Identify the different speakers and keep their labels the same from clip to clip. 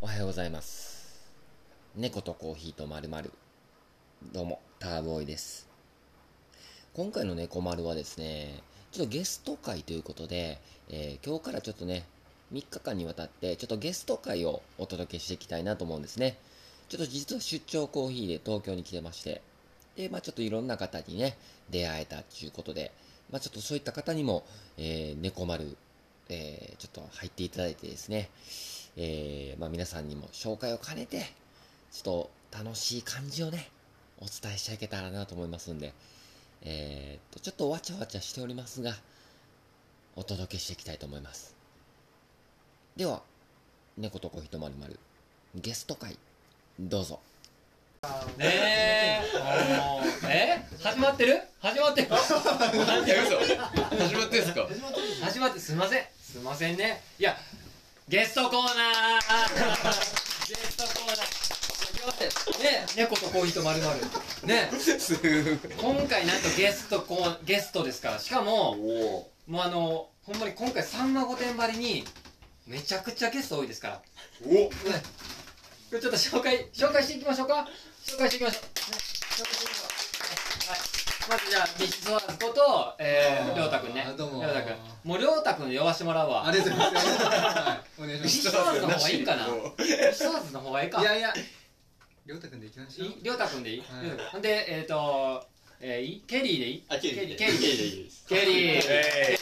Speaker 1: おはようございます。猫とコーヒーとまるまる。どうも、ターボーイです。今回の猫丸はですね、ちょっとゲスト会ということで、えー今日からちょっとね、3日間にわたって、ちょっとゲスト会をお届けしていきたいなと思うんですね。ちょっと実は出張コーヒーで東京に来てまして、で、まあちょっといろんな方にね、出会えたということで、まあちょっとそういった方にも、えー猫丸、えーちょっと入っていただいてですね、えーまあ、皆さんにも紹介を兼ねて、ちょっと楽しい感じをね、お伝えしていけたらなと思いますんで、えーっと、ちょっとわちゃわちゃしておりますが、お届けしていきたいと思います。では、猫とコーヒーとまるまる、ゲスト会、どうぞ。
Speaker 2: ねえ、もう、え始まってる始まってる
Speaker 3: いや嘘始まってんすか
Speaker 2: 始まって、すいません。すいませんね。いや、ゲストコーナーゲストコーナーねえ、猫とコーヒーとまるまる。ね
Speaker 3: すごい
Speaker 2: え、今回なんとゲストコー、ゲストですから。しかも、
Speaker 3: お
Speaker 2: もうあの、ほんまに今回さんま御殿張りに、めちゃくちゃゲスト多いですから。
Speaker 3: お
Speaker 2: ちょっと紹介、紹介していきましょうか。紹介していきましょう。紹介していきましょう。はい。まずじゃあ、ミスワーズこと、えー、りょうたくんね。
Speaker 4: あどうも
Speaker 2: りょうたくん。もうりょうたくん呼ばしてもらうわ。
Speaker 4: ありがとうございます。はい、お願いし
Speaker 2: ミスワーズの方がいいかな。ミ
Speaker 3: お
Speaker 2: スワーズの方がいい
Speaker 4: ま
Speaker 2: か。
Speaker 4: す。い
Speaker 2: い
Speaker 4: やいや、りょうたくんで行きましょう。
Speaker 2: りょうたくんでいい、
Speaker 4: はい
Speaker 2: りょうたくんほんで、えっ、ー、と、えー、いいケリーでいい
Speaker 3: あケリ
Speaker 2: ケリー。
Speaker 3: ー
Speaker 2: ケリー。ケリー。
Speaker 3: でいいです
Speaker 2: ケリー。
Speaker 3: え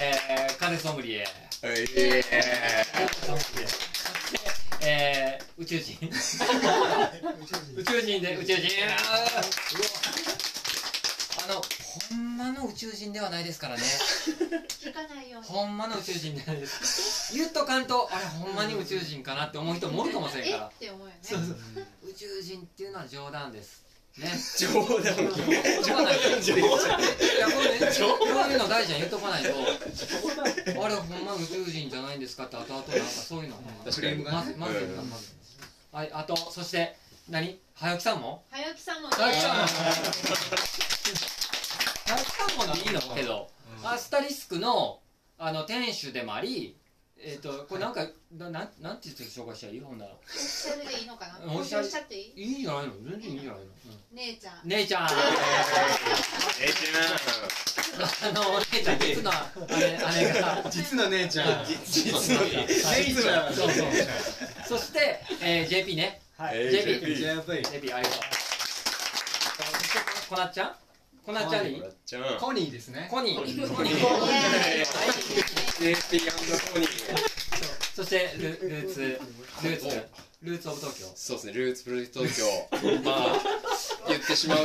Speaker 2: えー、カネソムリエ。
Speaker 3: はい
Speaker 2: えー、宇宙人。宇宙人で宇宙人あのほんまの宇宙人ではないですからね
Speaker 5: 聞かないように。
Speaker 2: ほんまの宇宙人ではないです言っとかんとあれほんまに宇宙人かなって思う人もおるかもしれんから
Speaker 5: えって思うよね。
Speaker 2: そうそう宇宙人っていうのは冗談です ね
Speaker 3: 冗談
Speaker 2: 言っとかないと
Speaker 3: 冗
Speaker 2: い
Speaker 3: 談
Speaker 2: やこれねこういうの大事な言っとかないとあれほんまの宇宙人じゃないんですかって後々なんかそういうの
Speaker 3: 確
Speaker 4: ク
Speaker 3: か
Speaker 4: レーム
Speaker 3: に
Speaker 4: が
Speaker 2: ま
Speaker 4: ね
Speaker 2: ず。まずいなまずはいあとそして何早起きさんも
Speaker 5: 早起きさんもね。
Speaker 2: 早起きさんも早起きさんもいいのけどアスタリスクのあの店主でもあり、えっ、と、これなんか、ななんなんて言って紹介したらいいほんなら。
Speaker 5: オフィシャルでいいのかな。
Speaker 2: オフィシャル
Speaker 5: しちゃっていい。
Speaker 2: いいんじゃないの全然いいんじゃないの、う
Speaker 5: 姉ちゃん。
Speaker 2: ん姉ちゃん あ
Speaker 3: えいち
Speaker 2: の、姉ちゃん、実の姉、姉が。
Speaker 4: 実の姉ちゃん。
Speaker 3: 実の姉
Speaker 4: 実の
Speaker 2: そうそう。そして、えー、JP ね。
Speaker 3: ゃん
Speaker 4: はい。
Speaker 3: え
Speaker 2: ジェビー
Speaker 3: ージェビー
Speaker 4: JP。
Speaker 2: JP、ありがとう。そしてこなっちゃんこなっちゃんでいい
Speaker 3: こらっちゃん
Speaker 4: コニーですね。
Speaker 2: コニー。コニ
Speaker 5: イエ
Speaker 2: ー。
Speaker 5: ーイ
Speaker 3: ネーピーコニー
Speaker 2: そして、ルルーツ、ルーツ、ルーツオブ東京。
Speaker 3: そうですねルーツプロジェクト東京まあ言ってしまうと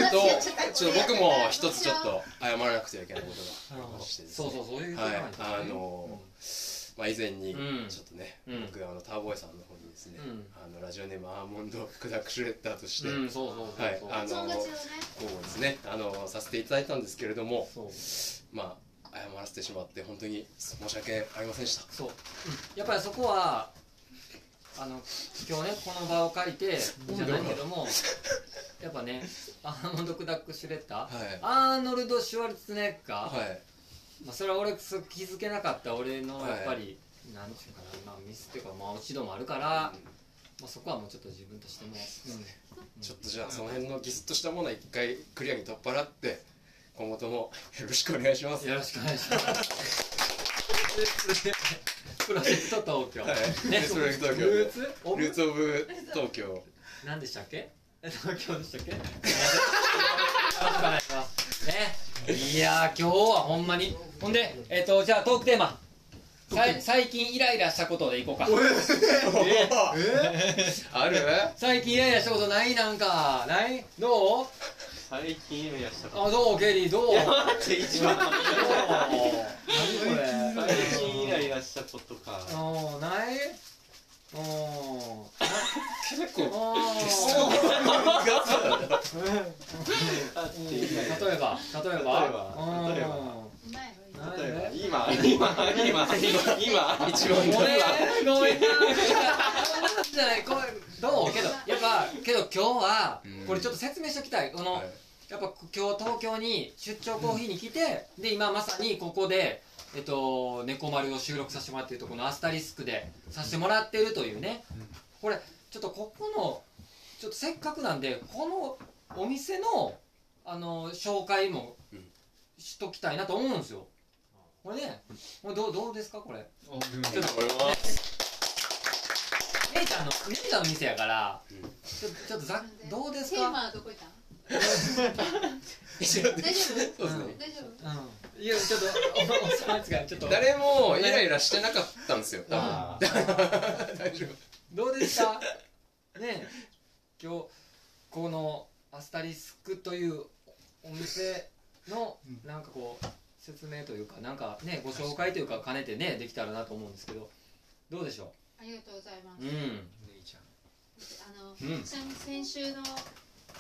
Speaker 3: ちょっと僕も一つちょっと謝らなくてはいけないことがありましてです
Speaker 2: そ
Speaker 3: ね
Speaker 2: うそう、そういう
Speaker 3: はい
Speaker 2: なんですね
Speaker 3: あのまあ以前に
Speaker 2: うん
Speaker 3: ちょっとね
Speaker 2: うん
Speaker 3: 僕あのターボーイさんの方にですね
Speaker 2: うん
Speaker 3: あのラジオネームアーモンドクダクシュレッダーとして
Speaker 2: うん、そうそうそうそう。
Speaker 3: はいあの
Speaker 5: そんがちのね。
Speaker 3: こうですねあのさせていただいたんですけれども
Speaker 2: そう
Speaker 3: まあ謝らせてしまって本当に申し訳ありませんでした
Speaker 2: そう、やっぱりそこはあの今日ねこの場を借りてじゃないけどもやっぱねアーモンドクダックシュレッダー
Speaker 3: はい
Speaker 2: アーノルド・シュワルツェネッガー、
Speaker 3: はい
Speaker 2: まあ、それは俺そう気づけなかった俺の
Speaker 3: はい
Speaker 2: やっぱり、なんていうかな、まあ、ミスっていうかまあ落ち度もあるから、
Speaker 3: うん
Speaker 2: まあ、そこはもうちょっと自分としても、
Speaker 3: ちょっとじゃあその辺のギスッとしたものは一回クリアに取っ払って今後ともよろしくお願いします
Speaker 2: うんよろしくお願いします。でプロジェクト東京、
Speaker 3: はい
Speaker 2: ね
Speaker 3: ルーツプロジェクト東京
Speaker 2: ルーツオブ
Speaker 3: ルーツオブ東京
Speaker 2: 何でしたっけえ東京でしたっけわかんないわねいやー今日はほんまにほんでえっ、とじゃあトークテーマさい最近イライラしたことでいこうか
Speaker 3: ある
Speaker 2: 最近イライラしたことないなんかないどう
Speaker 6: 最近イライラしたこと
Speaker 2: あどうケリーどうどう
Speaker 6: 待って一番
Speaker 2: 何こ
Speaker 6: 最
Speaker 2: れ
Speaker 6: 近イライラしたことか
Speaker 2: おーないおー
Speaker 3: 結構
Speaker 2: お ー
Speaker 6: だってイライラ
Speaker 2: 例えば例えば
Speaker 6: 例えば例えば
Speaker 5: うまいよ今。
Speaker 2: ば
Speaker 6: 例えば今今今今今一
Speaker 2: ごめん
Speaker 6: 番
Speaker 2: ご
Speaker 6: 今
Speaker 2: めんなごめんなじゃないこれどうけどやっぱけど今日は
Speaker 3: うん
Speaker 2: これちょっと説明しておきたいこの、
Speaker 3: はい
Speaker 2: やっぱ今日東京に出張コーヒーに来て、で今まさにここでえっと、猫丸を収録させてもらっているとこのアスタリスクでさせてもらっているというね、これちょっとここのちょっとせっかくなんでこのお店のあの紹介も
Speaker 3: うん
Speaker 2: しときたいなと思うんですよこれねこれどうどうですかこれ
Speaker 4: おうん
Speaker 2: ちょっと
Speaker 3: 俺は
Speaker 2: 姉ちゃんの姉ちゃんの店やから、
Speaker 3: うん
Speaker 2: ちょっとちょっとざどうです
Speaker 5: テー
Speaker 2: か
Speaker 5: マはどこ行ったの
Speaker 3: 一応
Speaker 5: 大丈
Speaker 3: そう
Speaker 5: 夫
Speaker 3: ですね
Speaker 5: 大丈夫
Speaker 2: うんいやちょっとおおおさまつがちょっと
Speaker 3: 誰もイライラしてなかったんですよ多分
Speaker 2: あ
Speaker 3: 大丈夫
Speaker 2: どうでしたねえ今日このアスタリスクというお店の
Speaker 4: う
Speaker 2: なんかこう説明というかなんかねご紹介というか兼ねてねできたらなと思うんですけどどうでしょ
Speaker 5: ありがとうございます
Speaker 2: ううん
Speaker 4: 姉ちゃん
Speaker 5: あの
Speaker 2: うん
Speaker 5: 先先週の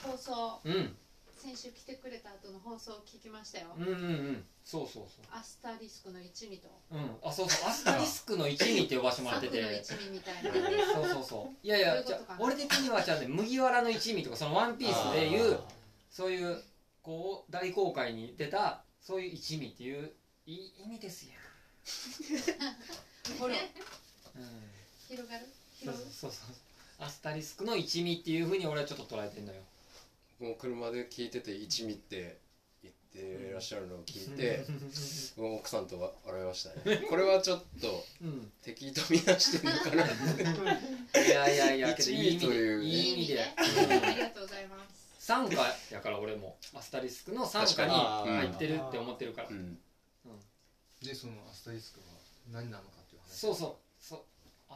Speaker 5: 放送
Speaker 2: うん
Speaker 5: 先週来てくれた後の放送を聞きましたよ
Speaker 2: うんうんうんそうそうそ
Speaker 5: アスタリスクの一味と
Speaker 2: ううんあそうそうアスタリスクの一味って呼ばせてもら
Speaker 5: サ
Speaker 2: って
Speaker 5: ク
Speaker 2: て
Speaker 5: の一味み たいな
Speaker 2: そうそうそういやいや
Speaker 5: そう
Speaker 2: じ
Speaker 5: い
Speaker 2: ゃ
Speaker 5: うことかな
Speaker 2: 俺的にはじゃあね麦わらの一味とかそのワンピースでいうそういうこう大公開に出たそういう一味っていういい意味ですよ、
Speaker 5: これ
Speaker 2: うん、
Speaker 5: 広がる
Speaker 2: そう
Speaker 5: 広
Speaker 2: そうそ
Speaker 5: がる
Speaker 2: うそうアスタリスクの一味っていうふうに俺はちょっと捉えてんのよ
Speaker 3: もう車で聞いてて一味って言ってらっしゃるのを聞いて、もう奥さんとは笑いましたねこれはちょっと
Speaker 2: うん
Speaker 3: 敵と見なしてるのかなって
Speaker 2: いやいやいやけど
Speaker 3: 一
Speaker 2: いい意
Speaker 3: 味
Speaker 2: 味
Speaker 3: と
Speaker 2: で
Speaker 3: いうね
Speaker 2: いい意味で
Speaker 5: ねありがとうございます
Speaker 2: 傘下やから俺もアスタリスクの傘下に
Speaker 3: 確かに
Speaker 2: 入ってるって思ってるから
Speaker 3: うん
Speaker 4: でそのアスタリスクは何なのかっていう話
Speaker 2: そうそうそう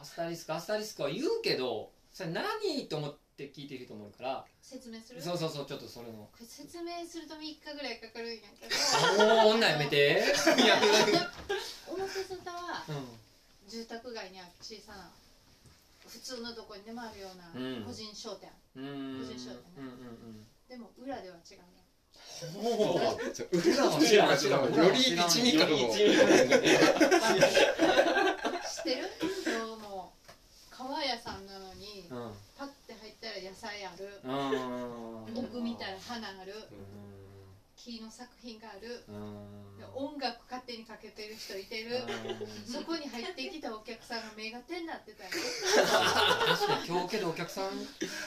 Speaker 2: アスタリスクアスタリスクは言うけどそれ何と思って聞いてる人もいるから
Speaker 5: 説明する
Speaker 2: そ
Speaker 5: こ
Speaker 2: うそうそうちょっとそれ の
Speaker 5: れ説明すると3日ぐらいかかるんやけど
Speaker 2: おお女やめていや
Speaker 5: 表沙汰は
Speaker 2: う
Speaker 5: 住宅街にある小さな普通のどこにでもあるよう
Speaker 2: うん
Speaker 5: な個人商店、
Speaker 2: んうん
Speaker 5: 個人商店ね
Speaker 2: うんうん
Speaker 5: でも裏では違う ね
Speaker 2: ほう
Speaker 3: そう
Speaker 2: 裏は知
Speaker 3: 裏
Speaker 2: らん
Speaker 3: は知らん
Speaker 2: 裏
Speaker 3: よ
Speaker 2: は
Speaker 3: り
Speaker 2: 知らん
Speaker 3: 一味感を
Speaker 5: 知ってる今日も川屋さんなのに
Speaker 2: うん
Speaker 5: パッて入ったら野菜ある
Speaker 2: うんうん
Speaker 5: 奥見たら花ある
Speaker 2: う
Speaker 5: 木の作品がある
Speaker 2: んうん
Speaker 5: で音楽勝手にかけてる人いてる
Speaker 2: うん
Speaker 5: そこに入ってきたお客さんが目が点になってたよ
Speaker 2: 確かに今日けどお客さん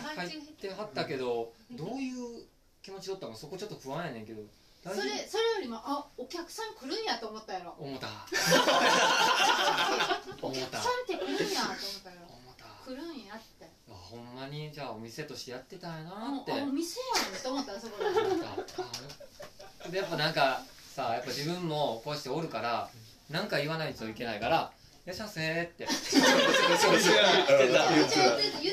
Speaker 5: パ
Speaker 2: 入
Speaker 5: ン
Speaker 2: っ
Speaker 5: チ
Speaker 2: てはったけどどういう気持ちだったのかそこちょっと不安やねんけど
Speaker 5: そ
Speaker 2: 大
Speaker 5: れ
Speaker 2: 丈夫
Speaker 5: それよりもあお客さん来るんやと思ったやろ
Speaker 2: 思 った
Speaker 5: お
Speaker 2: 思っ
Speaker 5: 客
Speaker 2: た
Speaker 5: さんって来るんやと思ったやろ
Speaker 2: 思った
Speaker 5: 来るんやって
Speaker 2: あほんまにじゃあお店としてやってたんやな
Speaker 5: も
Speaker 2: って
Speaker 5: うあお店やんと思ったあそこで
Speaker 2: でやっぱなんかさやっぱ自分もこうしておるからなんか言わないといけないから「いらっしゃいませ」って
Speaker 3: そうそう
Speaker 5: 言ってた言っ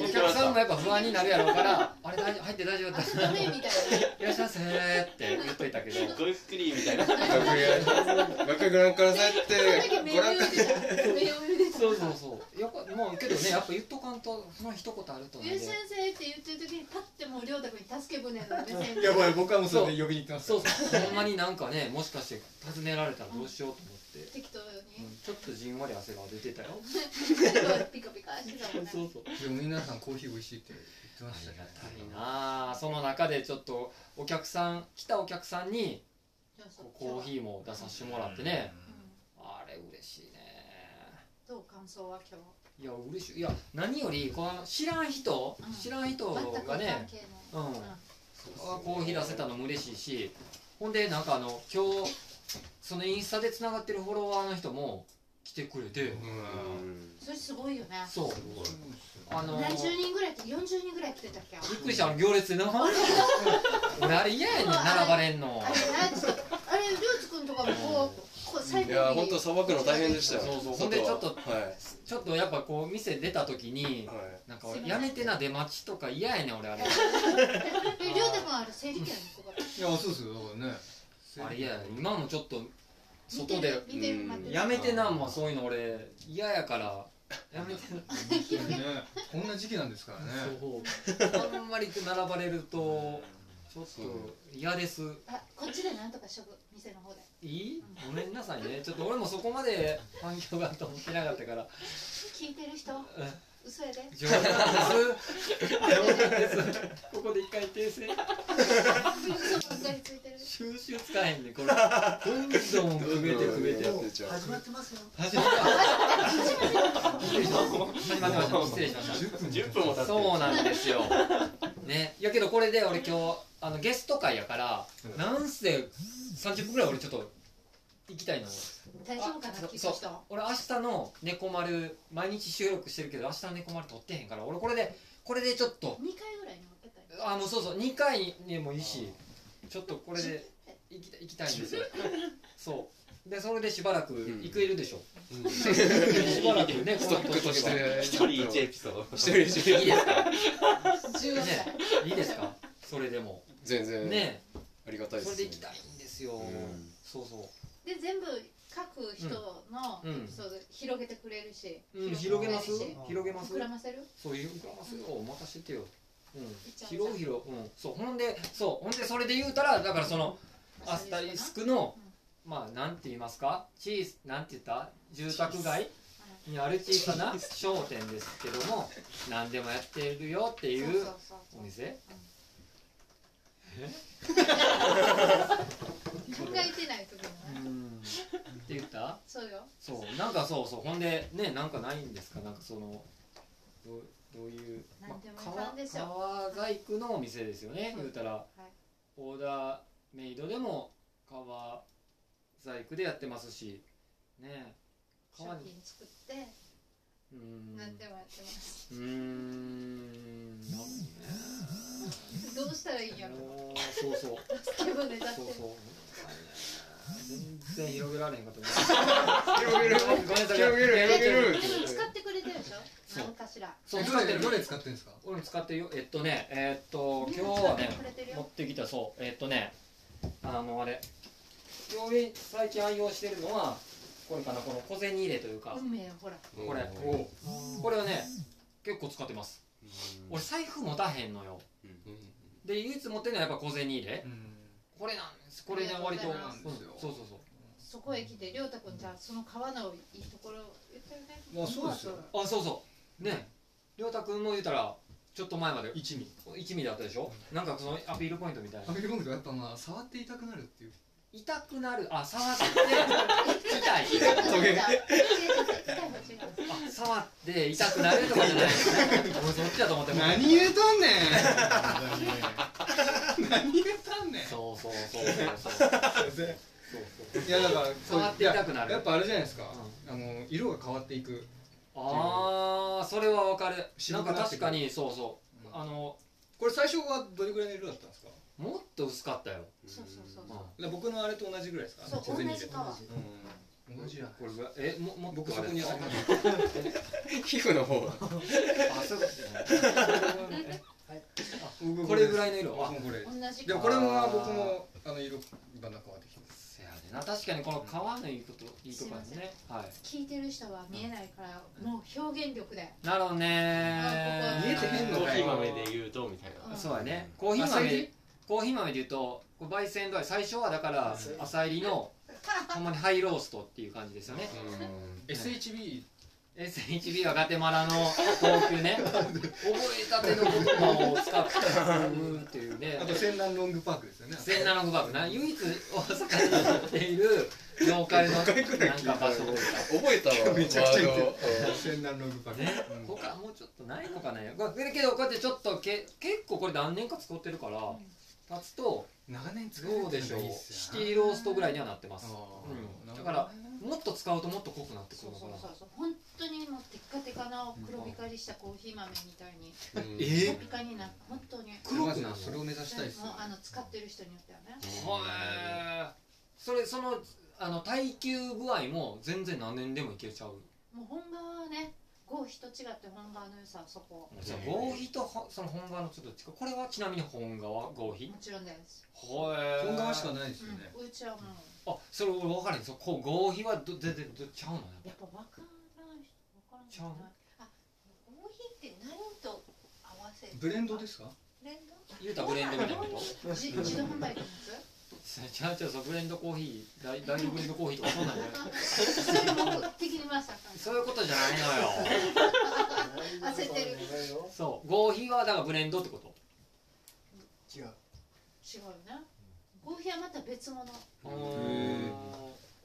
Speaker 2: お
Speaker 5: てた
Speaker 2: 客さんもやっぱ不安になるやろうから「あれ大丈夫入って大丈夫だっ
Speaker 5: ダ
Speaker 2: た」
Speaker 5: メみたいな
Speaker 2: 「いらっしゃいませ」って言っといたけど
Speaker 6: ごゆっくりみたいな
Speaker 3: 学園ご覧くださいっ
Speaker 5: その時
Speaker 3: て
Speaker 5: 目
Speaker 3: ご
Speaker 5: を
Speaker 3: 覧
Speaker 5: 見
Speaker 3: ください
Speaker 5: てた目を見てた
Speaker 2: そうそうそうやっぱもうけどねやっぱ言っとかんとその一言あるとね
Speaker 5: ゆう先生って言ってる時にパッてもう亮太君に助け舟の目線で
Speaker 4: やばい僕はもうそれで呼びに行ってます
Speaker 2: そうそうほんまになんかねもしかして尋ねられたらどうしようと思って、
Speaker 5: 適当
Speaker 2: う
Speaker 5: に
Speaker 2: んちょっとじんわり汗が出てたよ
Speaker 5: ピカピカしてたもんね
Speaker 2: そう
Speaker 4: でも皆さんコーヒー美味しいって言ってま
Speaker 2: あ
Speaker 4: した
Speaker 2: り
Speaker 4: ね
Speaker 2: がたいなあその中でちょっとお客さん来たお客さんにこうコーヒーも出させてもらってね
Speaker 5: うん
Speaker 2: あれ嬉しいね
Speaker 5: どう感想は今
Speaker 2: いや嬉しいいや何よりこの知らん人
Speaker 5: うん
Speaker 2: 知らん人
Speaker 5: 日全く
Speaker 2: が
Speaker 5: 関係ない
Speaker 2: ねうん
Speaker 5: うん
Speaker 2: あコーヒー出せたのも嬉しいしほんでなんかあの今日そのインスタでつながってるフォロワーの人も来てくれて
Speaker 5: それすごいよね
Speaker 2: そうあの
Speaker 5: 何十人ぐらいって40人ぐらい来てたっけあれ
Speaker 2: びっくりしたあの行列でな俺あれ嫌やねん並ばれんの
Speaker 5: 何ですかあれ亮太君とかもこうこう最後
Speaker 3: い
Speaker 5: に
Speaker 3: や本当さばくの大変でしたよ
Speaker 2: そうそう
Speaker 3: 外は
Speaker 2: ほんでちょっと
Speaker 3: は
Speaker 2: ちょっとやっぱこう店出た時
Speaker 3: い
Speaker 2: に
Speaker 3: はい
Speaker 2: なんかやめてな出待ちとか嫌やねん俺あれ
Speaker 5: え亮太君あれ整理券の子が
Speaker 4: いやそうっすよだからね
Speaker 2: あれ嫌や今もちょっと
Speaker 5: 見て
Speaker 2: 外で
Speaker 5: る見てる待ってる
Speaker 2: やめてなもうそういうの俺嫌やからやめてな
Speaker 4: 本当にねこんな時期なんですからね
Speaker 2: そうあんまり並ばれるとちょっと嫌です
Speaker 5: あこっちでなんとかしとく店の方で
Speaker 2: いいごめんなさいねちょっと俺もそこまで反響があると思ってなかったから
Speaker 5: 聞いてる人嘘やで
Speaker 2: 上手ですここで一回訂正
Speaker 5: 嘘ばっかりついてる
Speaker 2: 収集つかへんねこれどんどんくべてくべて
Speaker 3: やってちゃう
Speaker 4: 始まってますよ
Speaker 2: 始まった始まってました失礼しまし
Speaker 4: 10分
Speaker 6: 10分も経
Speaker 2: た
Speaker 6: ってる
Speaker 2: そうなんですよねいやけどこれで俺今日あのゲスト会やから
Speaker 4: うん
Speaker 2: なんせ30分ぐらい俺ちょっと行きたいな
Speaker 5: 大丈夫かな
Speaker 2: あそ
Speaker 5: 聞く人
Speaker 2: 俺明日の「猫丸」毎日収録してるけど明日の「猫丸」撮ってへんから俺これでこれでちょっと
Speaker 5: 二回ぐらいに分けたよ
Speaker 2: あもうそうそう2回にもいいしちょっとこれで行きた行きたいんですよそうでそれでしばらく
Speaker 3: ん
Speaker 2: 行くいるで しょ、
Speaker 3: うん
Speaker 2: しばらくね
Speaker 3: ス
Speaker 2: こ
Speaker 3: ト
Speaker 2: の
Speaker 3: ックとして
Speaker 6: 一人一エピソード
Speaker 3: 一人一
Speaker 2: いいですか
Speaker 5: 十四歳
Speaker 2: いいですかそれでも
Speaker 3: 全然、
Speaker 2: ね
Speaker 3: ありがたいで
Speaker 2: そ
Speaker 3: す
Speaker 2: れで行きたいんですよ、
Speaker 3: ん
Speaker 2: そうそ
Speaker 5: で全部各人の
Speaker 2: うん
Speaker 5: エピソード広げてくれるし、
Speaker 2: う、うん、広げます
Speaker 5: くれるし
Speaker 2: 広げます
Speaker 5: 膨らませる
Speaker 2: そういう膨らますよお任せてようん
Speaker 5: いっちゃう
Speaker 2: 広々うんそうほんでそうほんでそれで言うたらだからそのアスタリスクのまあなんて言いますかチーズなんて言った住宅街にある小さな商店ですけども何でもやってるよって
Speaker 5: て
Speaker 2: いうお店
Speaker 5: 考えてない時も
Speaker 2: う
Speaker 5: ね
Speaker 2: んって言った
Speaker 5: そうよ
Speaker 2: そうなんかそうそうほんでねなんかないんですかなんかそのどうどういう、ま
Speaker 5: なんでも
Speaker 2: あ
Speaker 5: いかんですよ
Speaker 2: 川川細工のお店ですよね、言うたら、
Speaker 5: い
Speaker 2: オーダーメイドでも川細工でやってますしね
Speaker 5: 商
Speaker 2: 川に
Speaker 5: 品作って
Speaker 2: うーん
Speaker 5: 何でもやってます
Speaker 2: うーんなる
Speaker 5: どうしたらいいんや
Speaker 2: ほど
Speaker 5: ろ
Speaker 2: ねもうそうそう
Speaker 5: 助け舟だって
Speaker 2: そう
Speaker 5: る
Speaker 2: そう全然広げられへんかった
Speaker 3: 広げる
Speaker 2: ごめんなさい
Speaker 3: 広げる広げる
Speaker 5: でも使ってくれてるでしょ
Speaker 2: そう
Speaker 5: 何かしら
Speaker 2: そう
Speaker 4: ど
Speaker 2: 使って
Speaker 4: れ
Speaker 2: る
Speaker 4: どれ使ってるんですか
Speaker 2: 俺も使ってるよえっとねえっと
Speaker 5: みん
Speaker 2: 今
Speaker 5: な
Speaker 2: 日
Speaker 5: 使
Speaker 2: は
Speaker 5: って
Speaker 2: ね
Speaker 5: くれてる
Speaker 2: 持っ
Speaker 5: よ
Speaker 2: てきたそうえっとねあのあれより最近愛用してるのはこれかなこの小銭入れというか
Speaker 5: 運命よほら
Speaker 2: これ
Speaker 3: おう
Speaker 2: これはね結構使ってます
Speaker 3: うん
Speaker 2: 俺財布持たへんのよ
Speaker 3: うん
Speaker 2: で唯一持ってるのはやっぱ小銭入れ
Speaker 4: うん
Speaker 2: これなんですこれね割と
Speaker 5: ありがとうござい
Speaker 4: ます
Speaker 2: うんそうそうそう
Speaker 5: そこへ来て亮太君じゃあその川のいいところ言ったよね
Speaker 4: いやそうですよ
Speaker 5: だ
Speaker 2: あそうそうねりょうたくんも言うたらちょっと前まで
Speaker 4: 一味
Speaker 2: 一味だったでしょなんかそのアピールポイントみたい
Speaker 4: ア
Speaker 2: な
Speaker 4: メリカンドやっぱまあ触って痛くなるっていう
Speaker 2: 痛くなるあ触って痛い
Speaker 5: トゲ痛い痛い
Speaker 2: あ触って痛くなるとかじゃない俺そっちだと思ってもう
Speaker 4: 言うとんねん何言うとんねん
Speaker 2: そうそうそうそうそうそうそう
Speaker 4: いやだからそう
Speaker 2: 触って痛くなる
Speaker 4: やっぱあれじゃないですか、あの色が変わっていく
Speaker 2: ああそれはわかるな
Speaker 4: 渋
Speaker 2: ん
Speaker 4: く
Speaker 2: か
Speaker 4: なっ
Speaker 2: 確
Speaker 4: てく
Speaker 2: か
Speaker 4: る
Speaker 2: にそうそうあの
Speaker 4: これ最初はどれぐらいの色だったんですか
Speaker 2: もっと薄かったよ
Speaker 5: そうそうそう
Speaker 2: うん
Speaker 4: で僕のあれと同じぐらいですか
Speaker 5: そう
Speaker 4: 小銭入れ
Speaker 5: 同じ川
Speaker 4: 同じやん
Speaker 2: これぐらいえももっと
Speaker 4: 僕
Speaker 2: あ
Speaker 4: そ
Speaker 2: れ
Speaker 4: こにあります
Speaker 3: 皮膚の方は
Speaker 2: あそうですねこれぐらいの色
Speaker 4: 僕
Speaker 2: あ
Speaker 4: もこれ
Speaker 5: 同じ
Speaker 4: でもこれもまあ僕もあの色だんだん変わってきて
Speaker 2: せやでな確かにこの皮のいいこといいとこですねはい
Speaker 5: 聞いてる人は見えないからもう表現力だよ
Speaker 2: なるほどね
Speaker 5: あここ見えてへん
Speaker 6: コ
Speaker 5: の
Speaker 6: ー
Speaker 5: か
Speaker 6: ヒ
Speaker 5: よ
Speaker 6: ー豆で言うとみたいな
Speaker 5: うん
Speaker 2: そうやねコーヒー
Speaker 4: 浅煎
Speaker 2: 豆
Speaker 4: り
Speaker 2: コーヒー豆で言うとこう焙煎度合い最初はだから浅煎り のほんまにハイローストっていう感じですよね
Speaker 4: SHB
Speaker 2: SHB はガテマラの高級ね覚えたての言葉を使ってうんっていうね
Speaker 4: あと千南ロングパークですよね
Speaker 2: 千七のバークな唯一大阪に行っている業界のなんか場所
Speaker 3: 覚えたわ
Speaker 4: めちゃくちゃ言ってる
Speaker 3: ワード
Speaker 4: 千南ロングパーク
Speaker 2: ね
Speaker 4: うん
Speaker 2: 他もうちょっとないのかねこれけどこうやってちょっとけ結構これ何年か使ってるから経つと
Speaker 4: 長年使
Speaker 2: どうでしょうシティローストぐらいにはなってますうんだからもっと使うともっと濃くなってく
Speaker 5: そ
Speaker 2: る
Speaker 5: う
Speaker 2: の
Speaker 5: そ
Speaker 2: か
Speaker 5: う
Speaker 2: な
Speaker 5: そうそう本当にもうテッカテカの黒光りしたコーヒー豆みたいに
Speaker 3: うん
Speaker 2: え
Speaker 5: ピカピカになる本当に
Speaker 2: 黒くなるの
Speaker 4: それを目指したいです
Speaker 5: もうあの使ってる人によってはね
Speaker 2: へーそれそのあの耐久具合も全然何年でもいけちゃう
Speaker 5: もう本場はね合否と違って本場の良さはそこ
Speaker 2: じゃあ合皮とほその本革のちょっと違うこれはちなみに本革合皮
Speaker 5: もちろんです、
Speaker 2: ほえ
Speaker 4: 本側しかないですよね
Speaker 5: うん、うちはもう
Speaker 2: あそれ俺分からへんそうこう合皮はど全然どちゃうのやっぱ
Speaker 5: やっぱ分からない人分からない
Speaker 2: ちゃうの
Speaker 7: コーヒーって何と合わせる
Speaker 4: ブレンドですか
Speaker 7: ブレンド
Speaker 2: 言うたらブレンドみたいなこと
Speaker 5: じ自動販売機のや
Speaker 2: ちゃうちゃ うそうブレンドコーヒー大大ブレンドコーヒーとかそんなんじゃない
Speaker 5: つそれもう敵に回したらあかん
Speaker 2: そういうことじゃないのよ
Speaker 5: あせてる
Speaker 2: そう合皮はだからブレンドってこと
Speaker 8: 違う
Speaker 5: 違うよな合皮はまた別物
Speaker 2: うん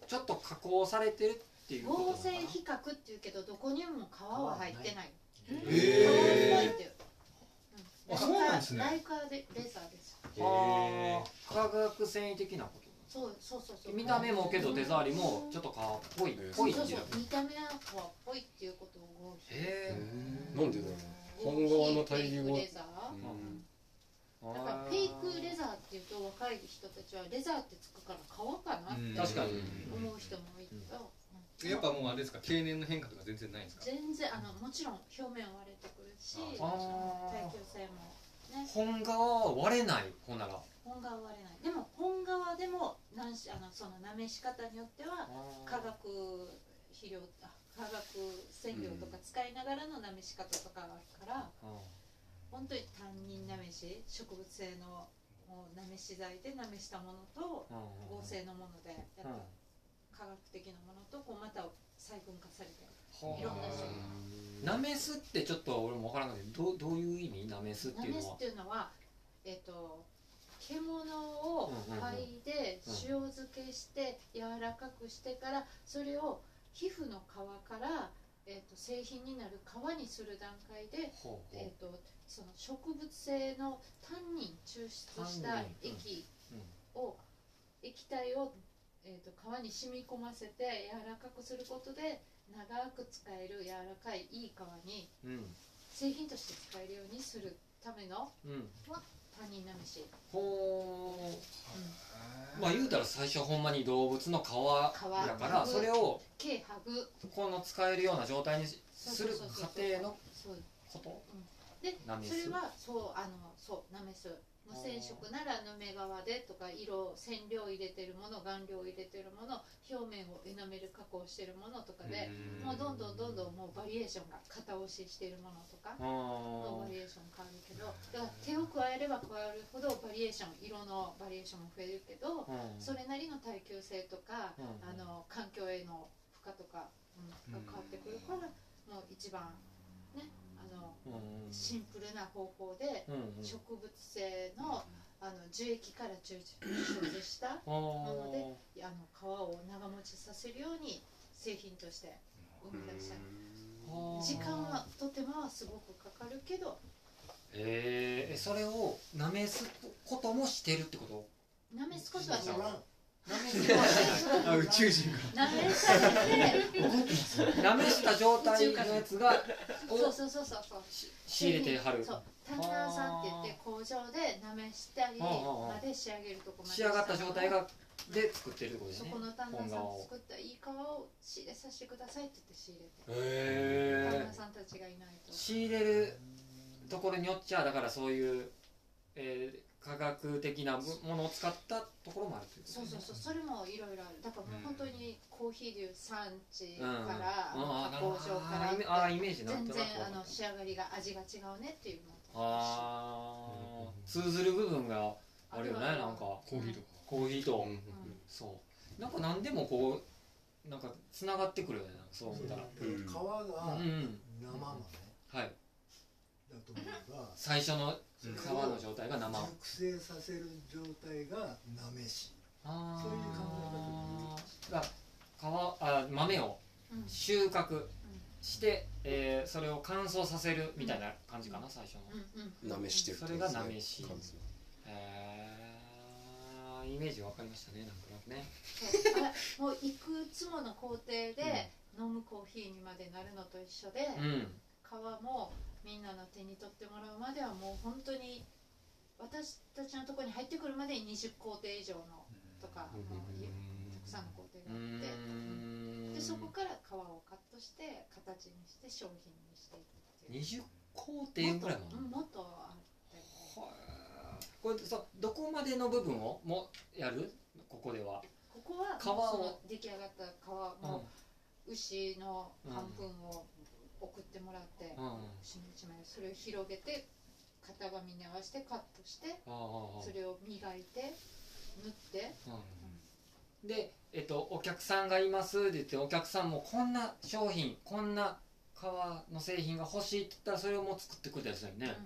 Speaker 2: ちょっと加工されてるっていうことなの
Speaker 5: 合
Speaker 2: か
Speaker 5: 成
Speaker 2: な
Speaker 5: 比較っていうけどどこにも皮は入ってない皮は入
Speaker 4: え
Speaker 5: ってる
Speaker 4: あそうなんですね
Speaker 5: ライカーでレーザーです
Speaker 2: はあ化学繊維的なこと
Speaker 5: そうそうそうそう
Speaker 2: 見た目もけど手触りもちょっと皮っぽいっぽ
Speaker 5: そ
Speaker 2: いうっていう
Speaker 5: そ
Speaker 2: う
Speaker 5: そう見た目は皮っぽいっていうことを合皮
Speaker 2: へえ
Speaker 3: なんでだろ本革
Speaker 5: 合皮
Speaker 3: の
Speaker 5: フ
Speaker 3: 対
Speaker 5: ェイ
Speaker 3: 義
Speaker 5: ク
Speaker 3: 語
Speaker 5: レザーだからフェイクレザーっていうと若い人たちはレザーってつくから皮か
Speaker 4: う
Speaker 5: な
Speaker 4: ん
Speaker 5: って
Speaker 2: 確かに
Speaker 5: 思う人もいるけど
Speaker 4: やっぱもうあれですか経年の変化とか全然ないんですか
Speaker 5: 全然あのもちろん表面割れてくるし
Speaker 2: あー
Speaker 5: 耐久性も
Speaker 2: 本革は割れないほんなら
Speaker 5: 本革割れないでも本革でも何しあのそのなめし方によっては化学肥料あ化学染料とか使いながらのなめし方とかがあるから、本当に担任なめし植物性のもうなめし剤でなめしたものと合
Speaker 2: 合
Speaker 5: 成のものでやっぱ科学的なものとこうまた細分化されていろんな種類
Speaker 2: なめすってちょっと俺も分からないけどどうどういう意味なめすっ
Speaker 5: な
Speaker 2: ていう
Speaker 5: め
Speaker 2: の
Speaker 5: す
Speaker 2: は
Speaker 5: っていうのはえっ、と獣を嗅いで
Speaker 2: うん
Speaker 5: 塩漬けして柔らかくしてからそれを皮膚の皮から、えっと製品になる皮にする段階で、
Speaker 2: ほう
Speaker 5: え
Speaker 2: ほ
Speaker 5: っとその植物性のタンニン抽出した
Speaker 2: タンニンうん
Speaker 5: 液
Speaker 2: ううん
Speaker 5: を液体を、えー、と皮に染み込ませて柔らかくすることで長く使える柔らかいいい皮に
Speaker 2: うん
Speaker 5: 製品として使えるようにするための
Speaker 2: うん
Speaker 5: 他人なめし
Speaker 2: ほうまあ言うたら最初はほんまに動物の皮だから
Speaker 5: 皮
Speaker 2: それを
Speaker 5: 軽ハグ
Speaker 2: この使えるような状態にしす
Speaker 5: そう
Speaker 2: る
Speaker 5: そうそうそう
Speaker 2: 過程の
Speaker 5: そう
Speaker 2: こと
Speaker 5: で
Speaker 2: なめす
Speaker 5: それはそうあのそうなめす無染色ならヌメ革でとか色染料入れてるもの顔料入れてるもの表面をエナメル加工してるものとかでもうどんどんどんどんもうバリエーションが型押ししてるものと
Speaker 2: あー
Speaker 5: かのバリエーション変わるけどだから手を加えれば加えるほどバリエーション色のバリエーションも増えるけ
Speaker 2: う
Speaker 5: ど
Speaker 2: ん
Speaker 5: それなりの耐久性とか
Speaker 2: うん
Speaker 5: あの環境への負荷とか、うん、が変わってくるからもう一番ねあの
Speaker 2: うん
Speaker 5: シンプルな方法で
Speaker 2: うんうん
Speaker 5: 植物性のあの樹液から抽出した
Speaker 2: あー
Speaker 5: なのでいやあの皮を長持ちさせるように製品として生み出した
Speaker 2: あー
Speaker 5: 時間はと手間はすごくかかるけど
Speaker 2: えーえそれをなめすこともしてるってこと
Speaker 5: なめすことはしない
Speaker 2: なめすことはし
Speaker 4: あ宇宙人
Speaker 5: なめされ て
Speaker 2: ないなめした状態のやつが
Speaker 5: そう
Speaker 2: を
Speaker 5: そうそうそうそう
Speaker 2: 仕入れてはる
Speaker 5: そうタンナーさんって言って工場でなめしたり
Speaker 2: あーあーあー
Speaker 5: まで仕上げるとこまで
Speaker 2: 仕上がった状態がで作ってるってことです
Speaker 5: そ
Speaker 2: ね
Speaker 5: この旦那
Speaker 2: 本
Speaker 5: さ
Speaker 2: 革
Speaker 5: ん
Speaker 2: を
Speaker 5: 作ったいい皮を仕入れさせてくださいって言って仕入れて、旦
Speaker 2: へ
Speaker 5: 那さんたちがいないと
Speaker 2: ー仕入れるところによっちゃだからそういう、えー、科学的なものを使ったところもあるっていうこと
Speaker 5: そうそうそうそれもいろいろあるだからもう本当にコーヒーでいう産地か
Speaker 2: うん
Speaker 5: ら
Speaker 2: あ
Speaker 5: 加
Speaker 2: ー
Speaker 5: 工場から
Speaker 2: あーイメあーイメージなん
Speaker 5: 全
Speaker 2: と
Speaker 5: 然
Speaker 2: なくわか
Speaker 5: あ
Speaker 2: る
Speaker 5: の仕上がりが味が違うねっていうのと
Speaker 2: あー通ずる部分があるよねなんか
Speaker 4: コーヒーとか
Speaker 2: コーヒーと、
Speaker 3: うん
Speaker 2: そうなんか何でもこうなんかつながってくるよねなんかそう思ったら
Speaker 3: うん
Speaker 8: 皮が
Speaker 2: うん、うん、
Speaker 8: 生豆
Speaker 2: はい
Speaker 8: だと思えば
Speaker 2: 最初の皮
Speaker 8: うん
Speaker 2: の状態が生あ
Speaker 8: 熟成させる状態がなめし
Speaker 2: あ
Speaker 8: そういう考
Speaker 2: ーが皮あ豆を
Speaker 5: うんうん
Speaker 2: 収穫して、えーそれを乾燥させるみたいな感じかな、最初の
Speaker 5: うん
Speaker 3: なめしてるってこと
Speaker 2: それがなめし
Speaker 3: 感想
Speaker 2: へえイメージわかりましたねなんとなくね
Speaker 5: そうあれもういくつもの工程で飲むコーヒーにまでなるのと一緒で、
Speaker 2: うん
Speaker 5: 皮もみんなの手に取ってもらうまではもう本当に私たちのところに入ってくるまでに20工程以上のとかもういたくさんの工程
Speaker 2: うー
Speaker 5: があって。
Speaker 2: ん
Speaker 5: でそこから皮をカットして形にして商品にしていくっていう
Speaker 2: 20工程ぐらい
Speaker 5: もっ
Speaker 2: も
Speaker 5: と
Speaker 2: あ
Speaker 5: う
Speaker 2: る
Speaker 5: んもっとあったよ
Speaker 2: はあこれそうどこまでの部分をもやるここでは、
Speaker 5: ここは
Speaker 2: 皮を
Speaker 5: もうその出来上がった皮
Speaker 2: うん
Speaker 5: もう牛の半分を送ってもらって
Speaker 2: うん、あ
Speaker 5: 一枚一枚それを広げて型紙に合わせてカットして
Speaker 2: ああ
Speaker 5: それを磨いて縫って
Speaker 2: あうんで、えっと、お客さんがいますって言ってお客さんもこんな商品こんな皮革の製品が欲しいって言ったらそれをもう作ってくれたやつだよね、
Speaker 5: うん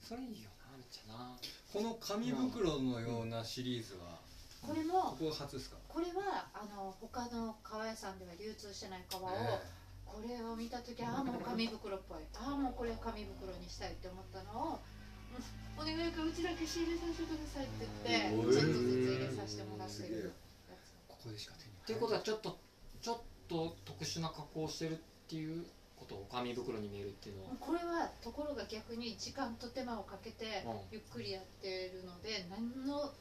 Speaker 2: それいいよなめっちゃな
Speaker 4: この紙袋のようなシリーズは
Speaker 5: これ
Speaker 4: こ
Speaker 5: も
Speaker 4: こ初ですか
Speaker 5: これはあの他の革屋さんでは流通してない革を、
Speaker 4: え
Speaker 5: これを見た時ああもう紙袋っぽいああもうこれ紙袋にしたいって思ったのを「うんお願いからうちだけ仕入れさせてください」って言ってちょっとずつ入れさせてもらってるや
Speaker 4: えここでしか手に
Speaker 2: っていうことはちょっとちょっと特殊な加工をしてるっていうことを紙袋に見えるっていうのは
Speaker 5: つこれはところが逆に時間と手間をかけて
Speaker 2: うん
Speaker 5: ゆっくりやってるので何の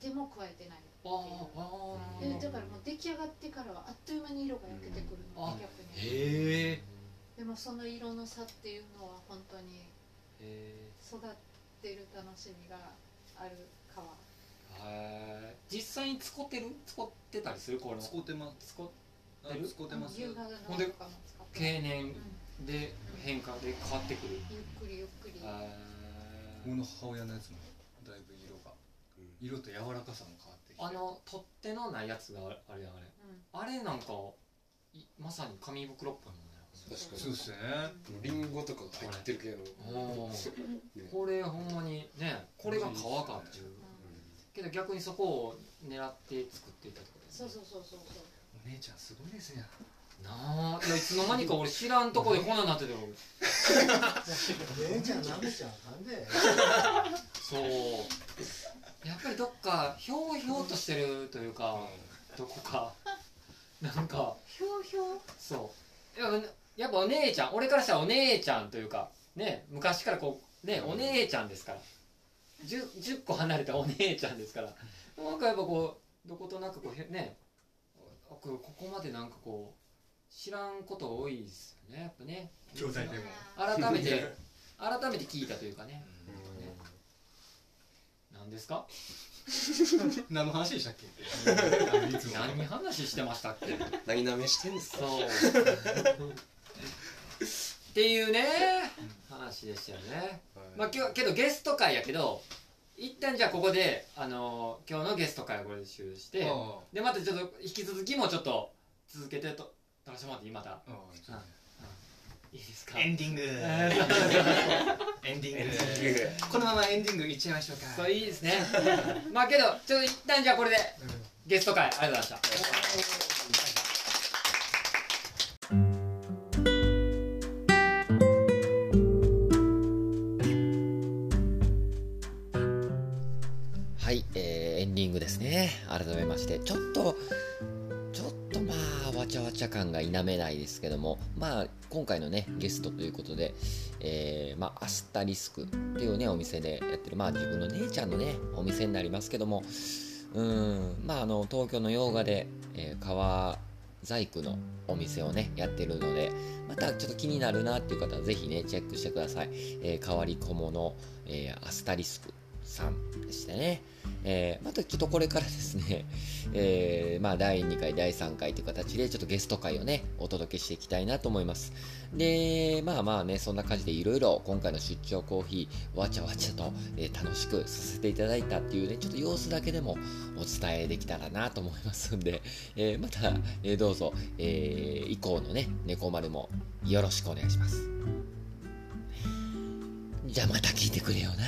Speaker 5: 手も加えてない
Speaker 2: ああああ
Speaker 5: でだからもう出来上がってからはあっという間に色が焼けてくる
Speaker 2: うん
Speaker 5: の
Speaker 2: あ
Speaker 5: で逆に
Speaker 2: へえ
Speaker 5: でもその色の差っていうのは本当に
Speaker 2: へえ
Speaker 5: 育ってる楽しみがある川
Speaker 2: はい実際に使ってる使ってたりするこれ
Speaker 4: 使ってます
Speaker 2: 使っ
Speaker 4: あ
Speaker 2: え
Speaker 4: 使ってます
Speaker 5: 夕方のとかも使って
Speaker 2: 経年
Speaker 5: うん
Speaker 2: で変化で変わってくる
Speaker 5: ゆっくりゆっくり
Speaker 2: あ
Speaker 4: 僕の母親のやつもだいぶ色が色と柔らかさも変わってきて
Speaker 2: あの取っ手のないやつがあれやあ
Speaker 5: うん
Speaker 2: れあれなんかいまさに紙袋っぽいもんね
Speaker 3: 確か
Speaker 4: そうですね
Speaker 3: にリンゴとかが入ってる系の
Speaker 2: おー
Speaker 3: ね
Speaker 2: これほんまにねこれが革かっていうけど逆にそこを狙って作っていたってことです
Speaker 5: そう
Speaker 2: ね
Speaker 5: そうそうそうそう
Speaker 4: お姉ちゃんすごいですね
Speaker 2: なあいやいつの間にか俺知らんとこでこんなんなってても
Speaker 8: 姉ちゃん舐めちゃあかんで
Speaker 2: そうやっぱりどっかひょうひょうとしてるというかどこかなんか
Speaker 5: ひょうひょう
Speaker 2: そうやっぱやっぱお姉ちゃん俺からしたらお姉ちゃんというかね昔からこうねお姉ちゃんですから 10, 10個離れたお姉ちゃんですからなんかやっぱこうどことなくこうへねこここまでなんかこう知らんこと多いですよねやっぱね
Speaker 4: 兄弟でも
Speaker 2: 改めて改めて聞いたというかね
Speaker 3: うん
Speaker 2: 何ですか
Speaker 4: 何の話でしたっ けあのいつも
Speaker 2: 何話してましたっけ
Speaker 3: 何舐めしてんです か
Speaker 2: そうっていうね話でしたよねまあ今日けどゲスト会やけど一旦じゃあここで、あのー今日のゲスト会はこれで終了して
Speaker 4: あ
Speaker 2: でまたちょっと引き続きもちょっと続けてと撮らせてもらっていいまた
Speaker 4: あああちょっとね
Speaker 2: いいですか
Speaker 9: エンディング
Speaker 2: えー
Speaker 9: エンディング
Speaker 3: え
Speaker 9: このままエンディングいっちゃいましょうか
Speaker 2: そういいですねまあけどちょっと一旦じゃあこれでゲスト会ありがとうございました
Speaker 1: はい、えーエンディングですね。改めまして、ちょっと、ちょっとまあ、わちゃわちゃ感が否めないですけども、まあ、今回のね、ゲストということで、えーまあ、アスタリスクっていうね、お店でやってる、まあ、自分の姉ちゃんのね、お店になりますけども、うーん、まあ、あの、東京の洋画で、えー川細工のお店をね、やってるので、またちょっと気になるなっていう方は、ぜひね、チェックしてください。えー変わり小物、えーアスタリスクさんでしてね。えーまたちょっとこれからですね、 えーまあ、第2回、第3回という形で、ちょっとゲスト会をね、お届けしていきたいなと思います。で、まあまあね、そんな感じでいろいろ今回の出張コーヒー、わちゃわちゃと、えー楽しくさせていただいたっていうね、ちょっと様子だけでもお伝えできたらなと思いますんで、 えーまた、えーどうぞ、えー以降のね、猫丸もよろしくお願いします。じゃあまた聞いてくれよな。